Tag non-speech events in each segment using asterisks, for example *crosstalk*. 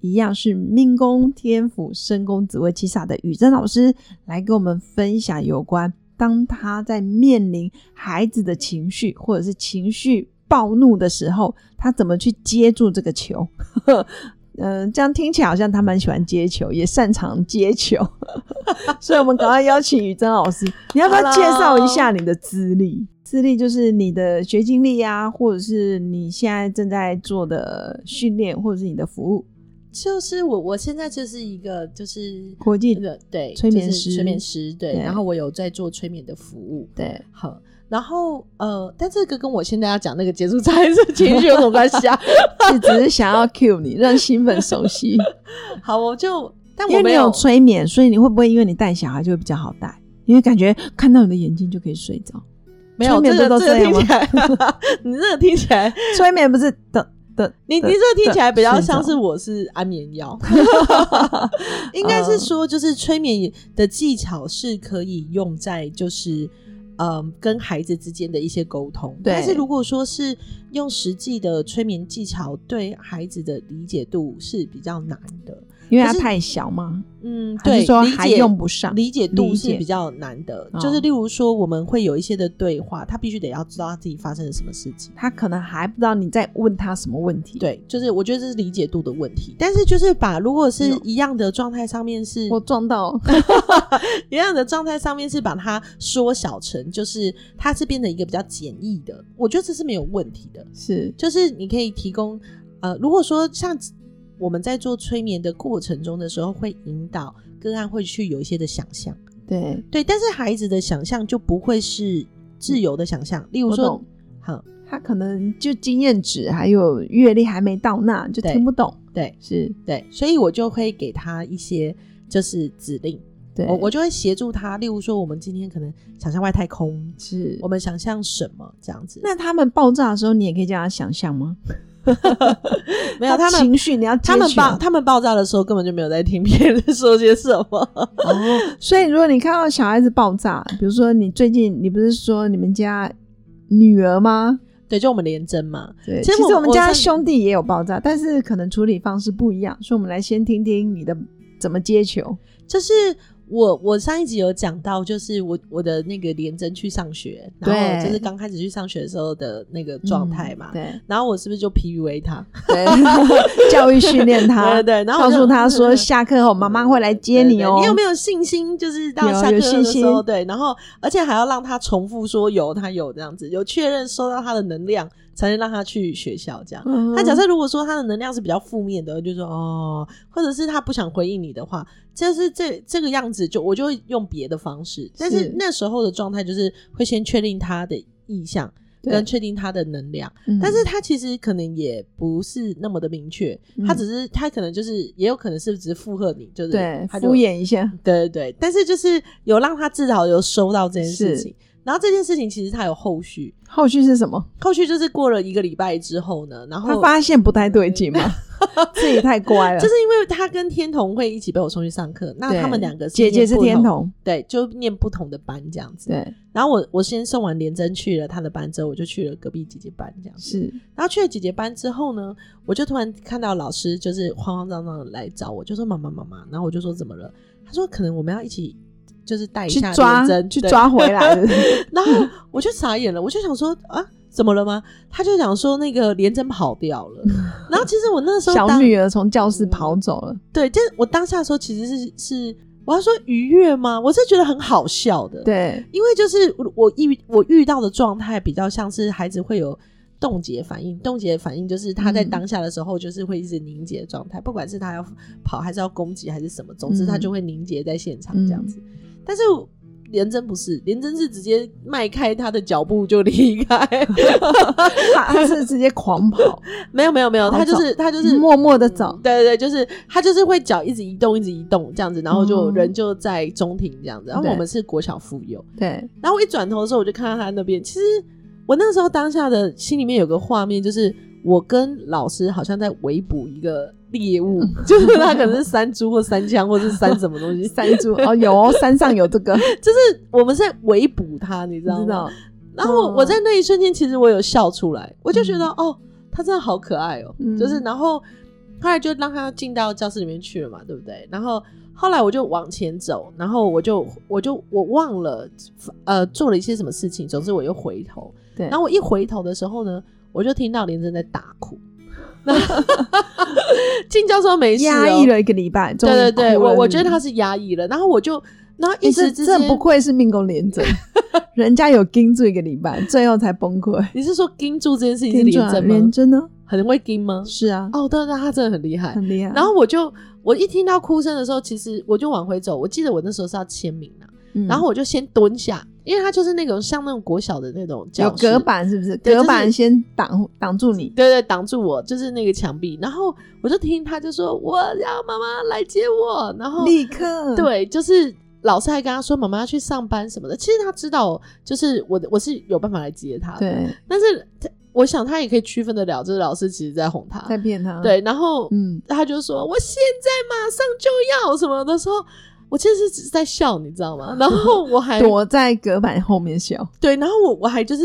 一样是命宫、天府、身宫、紫微七煞的宇珍老师，来跟我们分享有关当他在面临孩子的情绪或者是情绪暴怒的时候，他怎么去接住这个球。 *laughs* 嗯、这样听起来好像他蛮喜欢接球， *laughs* 也擅长接球，所以我们赶快邀请宇珍老师，你要不要介绍一下你的资历？资历就是你的学经历啊，或者是你现在正在做的训练，或者是你的服务。就是我，我现在就是一个就是国际那个对催眠就是师催眠师对，对然后我有在做催眠的服务，对，好，然后呃，但这个跟我现在要讲那个结束障碍是 *laughs* 情绪有什么关系啊？是只是想要 cue 你，让新粉熟 *laughs* 悉。好，我就但因为我你没有催眠，所以你会不会因为你带小孩就会比较好带？因为感觉看到你的眼睛就可以睡着。没有催眠这个不都这个这样听起来， *laughs* 你这个听起来，催眠不是的的，你你这的个听起来比较睡像着是我是安眠 *laughs* 药，应该嗯是说就是催眠的技巧是可以用在就是。嗯，跟孩子之间的一些沟通，对但是如果说是用实际的催眠技巧，对孩子的理解度是比较难的。因为它可是太小嘛，嗯，还对，是说理还解用不上理解度理是解比较难的。哦就是例如说，我们会有一些的对话，他必须得要知道他自己发生了什么事情。他可能还不知道你在问他什么问题。，对，就是我觉得这是理解度的问题。但是就是把如果是有一样的状态上面是我撞到 *laughs* 一样的状态上面是把它缩小成，就是它是变成一个比较简易的，我觉得这是没有问题的。是就是你可以提供，呃，如果说像我们在做催眠的过程中的时候，会引导个案会去有一些的想象，对，对，但是孩子的想象就不会是自由的想象，例如我说懂，。好，他可能就经验值还有阅历还没到那，就对听不懂。对是，对，所以我就会给他一些就是指令，对，我我就会协助他，例如说我们今天可能想象外太空，是我。们想象什么这样子，那他们爆炸的时候，你也可以叫他想象吗？没有他们情。绪，你哦要啊他们爆爆。他们爆炸的时候根本就没有在听别人说些什么， *laughs* 哦，所以如果你看到小孩子爆炸，比如说你最近你不是说你们家女儿吗？对，就我们连针嘛，对，其其实实我我们家我上兄弟也有爆炸，但是可能处理方式不一样，所以我们来先听听你的怎么接球。就是我我上一集有讲到，就是我我的那个连针去上学，然后对嗯就是刚开始去上学的时候的那个状态嘛，对然后我是不是就 PUA 他？对， *laughs* 教育训练他，对对对然后告我就嗯诉他说下课后妈妈会来接你哦、对对你有没有信心？就是到有下有课的信心时候，对，然后而且还要让他重复说有，他有这样子，有确认收到他的能量，才能让他去学校这样。嗯他假设如果说他的能量是比较负面的，就说哦，或者是他不想回应你的话，这是这这个样子就，我就会用别的方式。但是是那时候的状态就是会先确定他的意向，对跟确定他的能量。嗯但是他其实可能也不是那么的明确，嗯他只是他可能就是也有可能是只是附和你，就是对他就敷，衍一下，对对对。但是就是有让他至少有收到这件事是情，然后这件事情其实他有后续，后续是什么？后续就是过了一个礼拜之后呢，然他后发现不太对 *laughs* 劲嘛，自己太乖了，就是因为他跟天童会一起被我送去上课，那对他们两个姐姐念是不天同，童，对，就念不同的班这样子。对，然后我我先送完连真去了他的班之后，我就去了隔壁姐姐班这样子。是然后去了姐姐班之后呢，我就突然看到老师就是慌慌张张的来找我，就说妈妈妈妈，然后我就说怎么了？他说可能我们要一起就是带一去下抓连针去抓回来的 *laughs* 然后我就傻眼了，我就想说啊，怎么了吗？他就想说那个连针跑掉 *laughs* 了。然后其实我那时候小当嗯女儿从教室跑走了，对，就是我当下的时候其实是是我要说愉悦吗？我是觉得很好笑的，，对，因为就是我我遇我遇到的状态比较像是孩子会有。冻结反应，冻结反应就是他在嗯当下的时候，就是会一直凝结的状态，不管是他要跑还是要攻击还是什么，总之他嗯就会凝结在现场嗯这样子。但是连真不是，连真是直接迈开他的脚步就离开， *laughs* 他他是直接狂跑，没有没有没有，好他就走是他就 *laughs* 是默默的走。对对对，就是他就是会脚一直移动，一直移动这样子，然后就、嗯人就在中庭这样子。然后对我们是国小妇幼，对，然后我一转头的时候，我就看到他那边。其实我那时候当下的心里面有个画面，就是我跟老师好像在围捕一个猎 *laughs* 物，就是他可能是山猪或山枪或是山什么东西，山猪哦，有哦，山上有这个，就是我们是在围捕他，你 *laughs* 知道知吗？道？然后我我嗯在那一瞬间，其实我有笑出来，我就觉得、哦，他真的好可爱哦，嗯就是然后后来就让他进到教室里面去了嘛，对不对？然后后来我就往前走，然后我就我就我忘了呃做了一些什么事情，总之我又回头，对然后我一回头的时候呢，我就听到连真在大哭。 *laughs* 进教室后没事、哦，压抑了一个礼拜，终于对对对，哭了我我觉得他是压抑了，然后我就，然后一一时直之这间，不愧是命宫连 *laughs* 着，人家有盯住一个礼拜，最后才崩溃。你是说盯住这件事情是盯住廉啊，贞连吗？真呢？很会盯吗？是啊，哦，对对，他真的很厉害。很厉害。然后我就我一听到哭声的时候，其实我就往回走。我记得我那时候是要签名啊，嗯，然后我就先蹲下，因为他就是那种像那种国小的那种教有室隔，板是不是？对就隔是板先挡挡住你，对对，挡住我就是那个墙壁。然后我就听他就说我要妈妈来接我，然后立刻对，就是老师还跟他说妈妈要去上班什么的。其实他知道，就是我我是有办法来接他的，对，但是他我想他也可以区分得了，就是老师其实在哄他，在骗他。，对，然后嗯，他就说：“我现在马上就要什么的时候，我其实是在笑，你知道 *laughs* 吗？然后我还躲在隔板后面 *laughs* 笑，对，然后我我还就是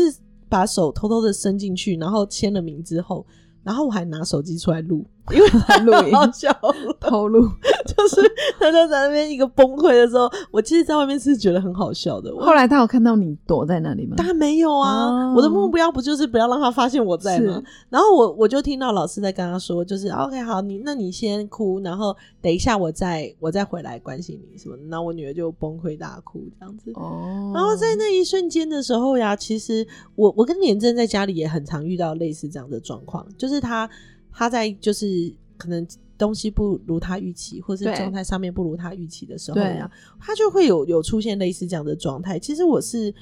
把手偷偷的伸进去，然后签了名之后，然后我还拿手机出来录，因为太录音好笑了。偷录。 *laughs* 就是他就在那边一个崩溃的时候，我其实在外面是觉得很好笑的。我后来他有看到你躲在那里吗？当然没有啊，哦我的目标不就是不要让他发现我在吗是？然后我我就听到老师在跟他说，就是啊 OK 好，你那你先哭，然后等一下我再我再回来关心你什么的。然后我女儿就崩溃大哭这样子。哦，然后在那一瞬间的时候呀，其实我我跟廉政在家里也很常遇到类似这样的状况，就是他他在就是可能东西不如他预期，或是对状态上面不如他预期的时候对呀，他就会有有出现类似这样的状态。其实我是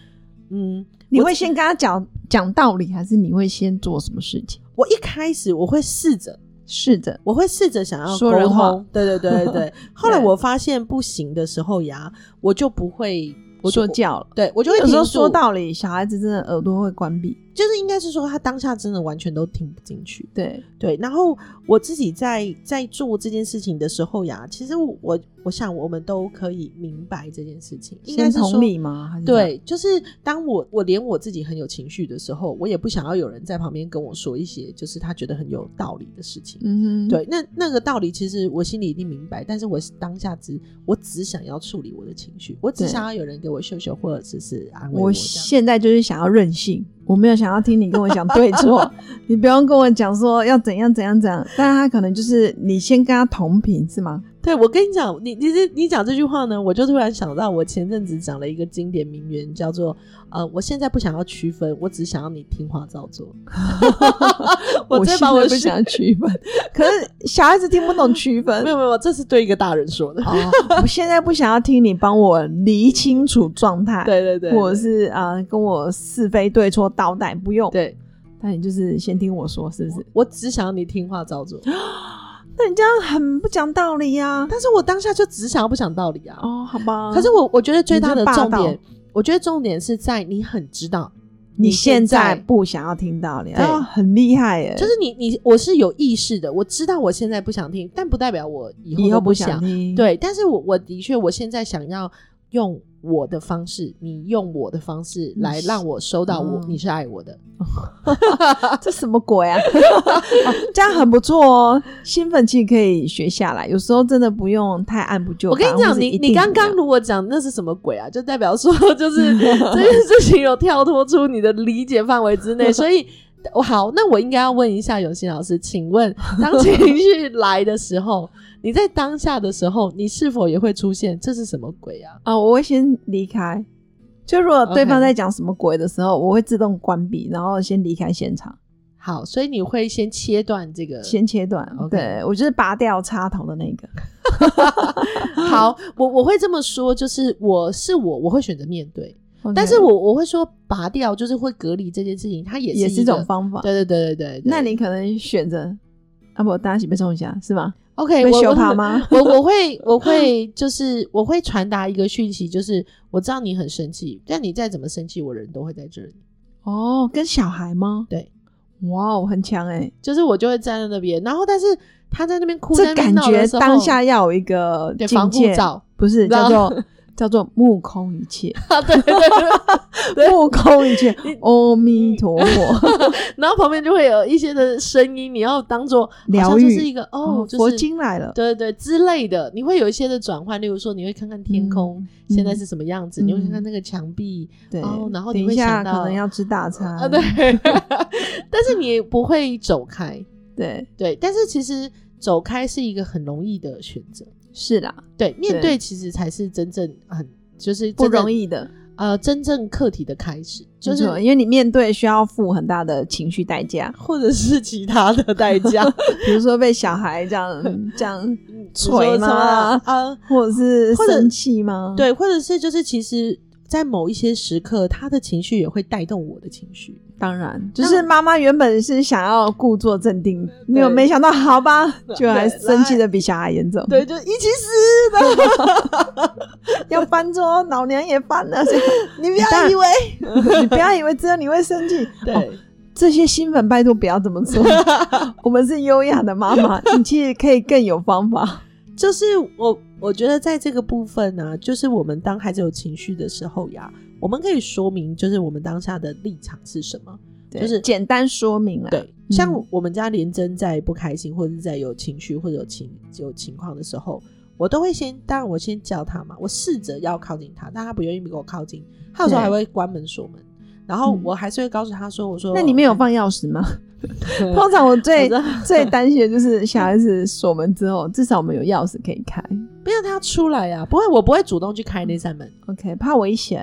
嗯，你我会只先跟他讲讲道理，还是你会先做什么事情？我一开始我会试着。试着我会试着想要说人沟话通，对对对 *laughs* 对对。后来我发现不行的时候呀，我就不会，我就说，教了。对我就会有时候停住说道理，小孩子真的耳朵会关闭。就是应该是说他当下真的完全都听不进去。对，对，然后我自己在在做这件事情的时候呀，其实我我我想我们都可以明白这件事情，应该先是说同理吗？还是怎么样，对，就是当我我连我自己很有情绪的时候，我也不想要有人在旁边跟我说一些就是他觉得很有道理的事情。嗯哼，对，那那个道理其实我心里一定明白，但是我当下只我只想要处理我的情绪，我只对想要有人给我秀秀或者是是安慰我我这样。现在就是想要任性，我没有想要听你跟我讲对错， *laughs* 你不用跟我讲说要怎样怎样怎样，但是他可能就是你先跟他同频是吗？对我跟你讲，你你这你讲这句话呢，我就突然想到我前阵子讲了一个经典名言，叫做呃，我现在不想要区分，我只想要你听话照 *laughs* 做。我再现把在我不学想区分，可是小孩子听不懂区分 *laughs* 没。有没有，这是对一个大人说的。哦，我现在不想要听你帮我理清楚状态， *laughs* 对对对，或者是啊、呃跟我是非对错倒带，不用。，对，那你就是先听我说，是不是？我只想要你听话照做。哦那你这样很不讲道理啊呀、但是我当下就只想要不讲道理啊。哦，好吧。可是我我觉得最大的你就霸重道点，我觉得重点是在你很知道，你你现现在在不想要听道理，对啊，很厉害耶！就是你你我是有意识的，我知道我现在不想听，但不代表我以后以都后不不想想听，， *laughs* 对，但是我我的确，我现在想要用我的方式，你用我的方式来是让我收到我、嗯你是爱我的，这什么鬼啊？ *laughs* 哦这样很不错哦，兴奋剂可以学下来，有时候真的不用太按部就我班。跟你或讲，是你一你定刚怎么刚样如果讲那是什么鬼啊，就代表说就是 *laughs* 这件事情有跳脱出你的理解范围之内，所以。我好，那我应该要问一下永新老师，*laughs* 请问当情绪来的时候，你在当下的时候，你是否也会出现这是什么鬼啊？啊、我会先离开。就如果对方 OK 在讲什么鬼的时候我会自动关闭，然后先离开现场。好，所以你会先切断这个。先切断。 OK 对我就是拔掉插头的那个。 *laughs* 好，我我会这么说，就是我是我，我会选择面对。但是 OK 我我会说拔掉，就是会隔离这件事情，它也是也是一一个种。方法。对对对对对对那你可能选择啊不，大家一起被送一下是吗？ OK，被我羞我怕吗我我会我会就是我会传达一个讯息，就是我知道你很生气，但你再怎么生气，我人都会在这里。哦，跟小孩吗？对，哇哦，很强哎、就是我就会站在那边，然后但是他在那边哭，在这那边感闹的觉时候当下要有一个对防境护界，罩 *laughs* 不是然叫后做 *laughs* 叫做目空一 *laughs* 切，啊，对对对， *laughs* 目空一切，阿弥陀佛，然后旁边就会有一些的声音，你要当做疗愈就是一个 *laughs* 哦，就是佛经来了，对对对之类的，你会有一些的转换，例如说你会看看天空、嗯现在是什么样子，你会看看嗯那个墙壁，对，哦然后你等一会下想可到能要吃大餐，啊，对， *laughs* 但是你不会走开，对，对，但是其实走开是一个很容易的选择，是啦，对，面对对其实才是真正很就是不真正容易的，呃真正课题的开始，就就是是因为你面对需要付很大的情绪代 *laughs* 价，或者是其他的代 *laughs* 价，嗯比如说被小孩这样这样，你说捶什吗嗯么 *laughs* 啊，或者是或者生气吗？，对，或者是就是其实。在某一些时刻，他的情绪也会带动我的情绪。当然，就是妈妈原本是想要故作镇定，没有对没想到，好吧，对就还生气的比小孩严重， *laughs* 对，就一起死！要翻桌，老娘也翻了，这样你不当要然以为你不要以为只有你会生气，对、哦这些新粉拜托不要这么 *laughs* 做，我们是优雅的妈妈，你其实可以更有方法，就是我我觉得在这个部分呢、就是我们当孩子有情绪的时候呀，我们可以说明就是我们当下的立场是什么。对就是简单说明了，对，像嗯我们家连真在不开心，或者是在有情绪或者有情有情况的时候，我都会先，当然我先叫他嘛，我试着要靠近他，但他不愿意跟我靠近，他有时候对还会关门锁门，然后嗯我还是会告诉他说，我说那里 *laughs* 面有放钥匙吗？对通常我最 *laughs* 我知道 *laughs* 最担心的就是小孩子锁门之后，至少我们有钥匙可以开不要他出来呀、啊，不会，我不会主动去开那扇门， ，OK，怕危险，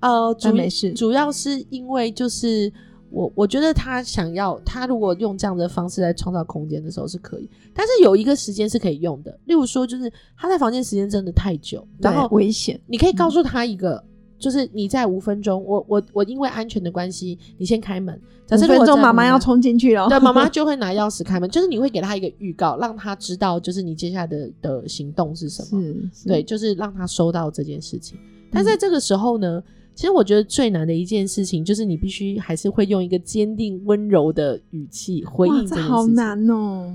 呃，但主没事，主要是因为就是我我觉得他想要他如果用这样的方式来创造空间的时候是可以，但是有一个时间是可以用的，例如说就是他在房间时间真的太久，然然后后危险，你可以告诉他一个。就是你在五分钟，我我我因为安全的关系，你先开门。假五设如分果钟在妈妈房要间冲进去哦了，对，妈妈就会拿钥匙开门。就是你会给他一个预告，让他知道就是你接下来的的行动是什么。 *laughs* 是，是对，，就是让他收到这件事情。嗯但在这个时候呢，其实我觉得最难的一件事情就是你必须还是会用一个坚定温柔的语气回哇应，这这件事情。好。难哦，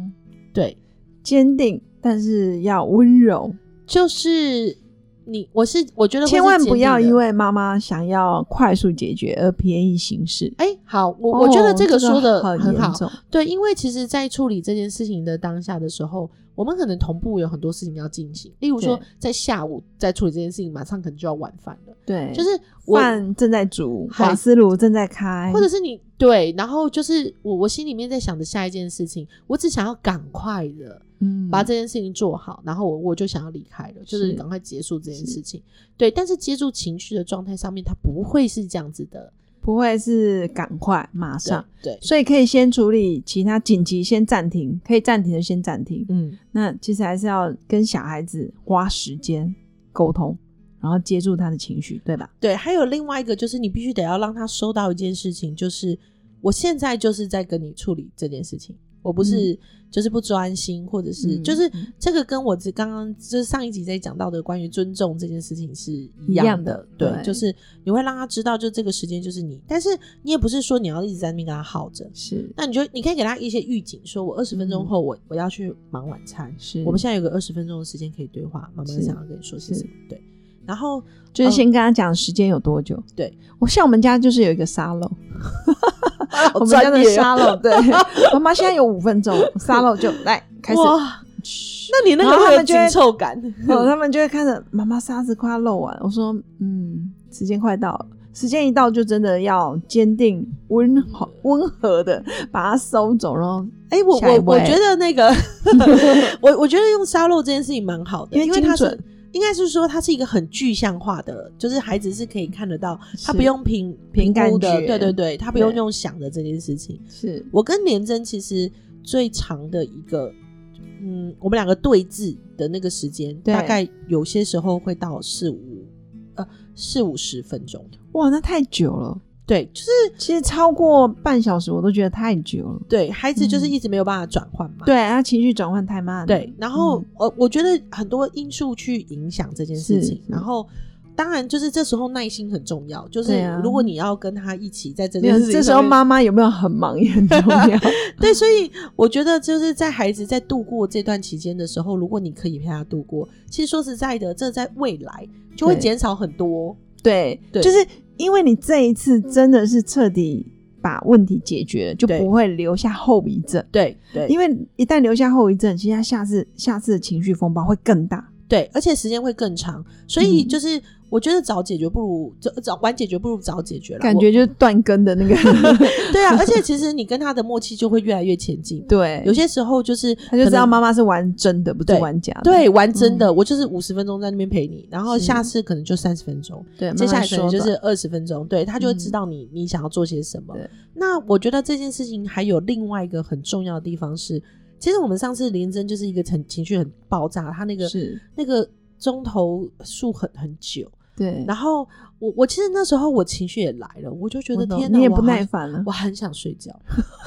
对，坚定，但是要温柔，就是你，我是我觉得会是千万不要坚定的因。为妈妈想要快速解决而便宜行事。哎、好，我、我觉得这个说的哦这个很严好，重，对，因为其实，在处理这件事情的当下的时候，我们可能同步有很多事情要进行，例如说对在下午在处理这件事情，马上可能就要晚饭了，对，就是我饭正在煮，还瓦斯炉正在开，或者是你对，然后就是我我心里面在想的下一件事情，我只想要赶快的嗯把这件事情做好，然后我我就想要离开了，就是是赶快结束这件事情。对，但是接触情绪的状态上面，它不会是这样子的，不会是赶快马对上，啊对，所以可以先处理其他紧急，先暂停，可以暂停的先暂停。嗯，那其实还是要跟小孩子花时间沟通，然后接住他的情绪，对吧？对。还有另外一个就是，你必须得要让他收到一件事情，就是我现在就是在跟你处理这件事情。我不是、就是不专心，或者是、嗯就是嗯这个跟我这刚刚就是上一集在讲到的关于尊重这件事情是一一样样的，的对，对就是你会让他知道，就这个时间就是你，但是你也不是说你要一直在那边跟他耗着，是那你就你可以给他一些预警，说我二十分嗯钟后我、我要去忙晚餐，是，我们现在有个二十分钟的时间可以对话，妈妈嗯是想要跟你说些是什么，对，然后就是先跟他讲时间有多久。对我像我们家就是有一个沙 *laughs* 漏，我们家专的业哦沙 *laughs* 漏，对，妈妈现在有五分钟，沙漏就来开始。哇，嘘那你那然个后他会有们就紧会凑 *laughs* 感，然后他们就会看着妈妈沙子快要漏完，我说嗯，时间快到了，时间一到就真的要坚定温和温和的把它收走，然后 *laughs* 哎、我下一我我位 *laughs* *laughs* 觉得那个，我我觉得用沙漏这件事情蛮好的，因为因为它精是准应该是说它是一个很具象化的，就是孩子是可以看得到，他是不用评凭评感估的，觉对对对，他不用对用想的这件事情。是我跟连真其实最长的一个，嗯，我们两个对峙的那个时间，对大概有些时候会到四五呃四五十分钟。哇，那太久了。对，就是其实超过半小时我都觉得太久了。对孩子就是嗯一直没有办法转换嘛。对，他情绪转换太慢了。对，然后嗯呃，我觉得很多因素去影响这件是事情是，然后。当然，就是这时候耐心很重要。就是对啊如果你要跟他一起在这没件有，事情这时上候面妈妈有没有很忙也很重 *laughs* 要。对，所以我觉得就是在孩子在度过这段期间的时候，如果你可以陪他度过，其实说实在的，这在未来就会对减少很多。对，对就是因为你这一次真的是彻底把问题解决了，就对不会留下后遗症。对对因为一旦留下后遗症，其实他下次下次的情绪风暴会更大。对，而且时间会更长，所以嗯就是我觉得早解决不如早早晚解决不如早解决了。感我觉就是断根的那个，对啊，而且其实你跟他的默契就会越来越前 *laughs* 进。对，有些时候就是他就知可能道妈妈是玩真的，不是对玩假的。对，玩真的，我就是五十分钟在那边陪你，然后是下次可能就三十分钟，对，接下慢来慢可能就说是吧二十分钟，对他就会嗯知道你、你想要做些什么对。那我觉得这件事情还有另外一个很重要的地方是，其实我们上次林真就是一个很情绪很爆炸，他那个是，那个中头数很很久，对，然后我我其实那时候我情绪也来了，我就觉我得懂天哪，你也我不好耐烦了我。很想睡觉， *laughs*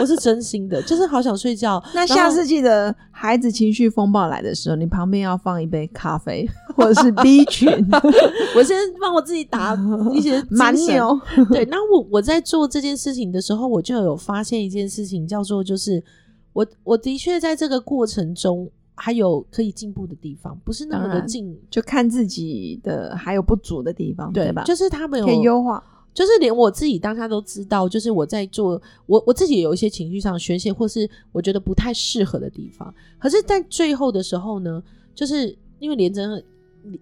我是真心的，就是好想睡觉。 *laughs* 那然后下次记得，孩子情绪风暴来的时候，你旁边要放一杯咖 *laughs* 啡或者是 B 群我先帮我自己 *laughs* 打一些精蛮神牛，对，那我我在做这件事情的时候，我就有发现一件事情，叫做就是我我的确在这个过程中还有可以进步的地方，不是那么当的然进。就看自己的还有不足的地方，对对吧？就是他们可以有，优化，就是连我自己当下都知道，就是我在做我我自己有一些情绪上的宣泄，或是我觉得不太适合的地方。可是，在最后的时候呢，就是因为连真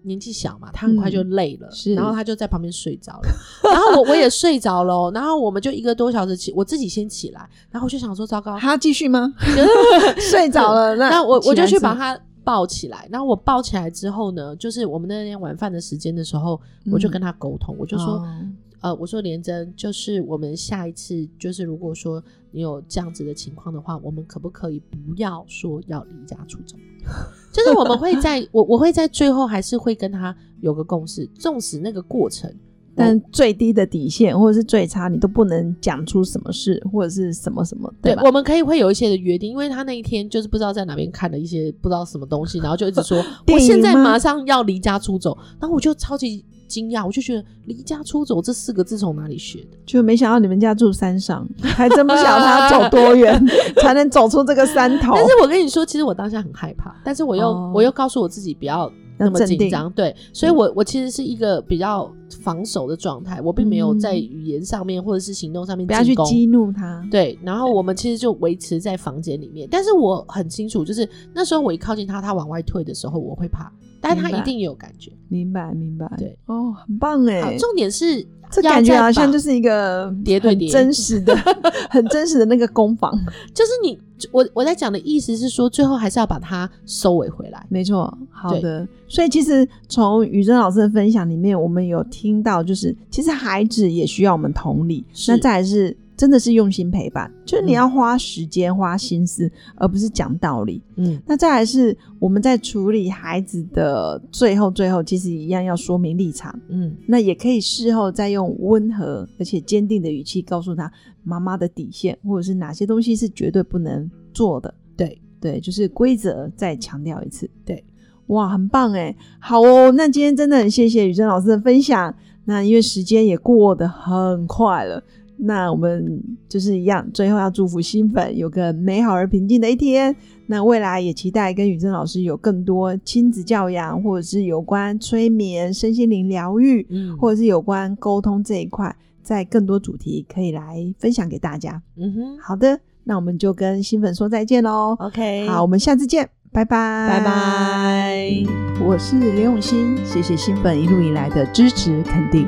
年纪小嘛，他很快就嗯累了，是然后他就在旁边睡着了。然后我我也睡着了哦、然后我们就一个多小时起，我自己先起来，然后我就想说糟糕，还要继续 *laughs* 吗？睡着了，那那我我就去把把他抱起来。然后我抱起来之后呢，就是我们那天晚饭的时间的时候，我就嗯跟他沟通，我就说。哦呃，我说连真，就是我们下一次，就是如果说你有这样子的情况的话，我们可不可以不要说要离家出走？ *laughs* 就是我们会在我我会在最后还是会跟他有个共识，纵使那个过程，但最低的底线或者是最差，你都不能讲出什么事或者是什么什么，对吧？我们可以会有一些的约定，因为他那一天就是不知道在哪边看了一些不知道什么东西，然后就一直说我 *laughs* 电影现在吗马上要离家出走，然后我就超级惊讶，我就觉得离家出走这四个字从哪里学的？就没想到你们家住山 *laughs* 上，还真不晓得他要走多远才能走出这个山头。但是我跟你说，其实我当下很害怕，但是我又、哦我又告诉我自己不要要那么镇定嗯紧张，对，所以我我其实是一个比较防守的状态，我并没有在嗯语言上面或者是行动上面不要去进攻激怒他，对，然后我们其实就维持在房间里面，但是我很清楚，就是那时候我一靠近他，他往外退的时候，我会怕，但是他明白一定也有感觉。明白明白。对，哦，很棒哎、好，重点是这要感觉再好像把就是一个叠对叠很真实 *laughs* 的、很真实的那个攻防。就是你我我在讲的意思是说，最后还是要把它收尾回来。没错，好的。所以其实从宇珍老师的分享里面，我们有听到，就是其实孩子也需要我们同理，是那再来是真的是用心陪伴，就是你嗯要花时间、花心思，而不是讲道理。嗯，那再来是我们在处理孩子的最后最后，其实一样要说明立场。嗯，那也可以事后再用温和而且坚定的语气告诉他妈妈的底线，或者是哪些东西是绝对不能做的。对对，就是规则再强调一次。对，哇，很棒哎，好哦。那今天真的很谢谢宇珍老师的分享。那因为时间也过得很快了，那我们就是一样，最后要祝福新粉有个美好而平静的一天。那未来也期待跟宇珍老师有更多亲子教养，或者是有关催眠、身心灵疗愈，嗯或者是有关沟通这一块，在更多主题可以来分享给大家。嗯哼好的，那我们就跟新粉说再见喽。 ，OK，好，我，们下次见，拜拜，拜拜。我是刘永新，谢谢新粉一路以来的支持肯定。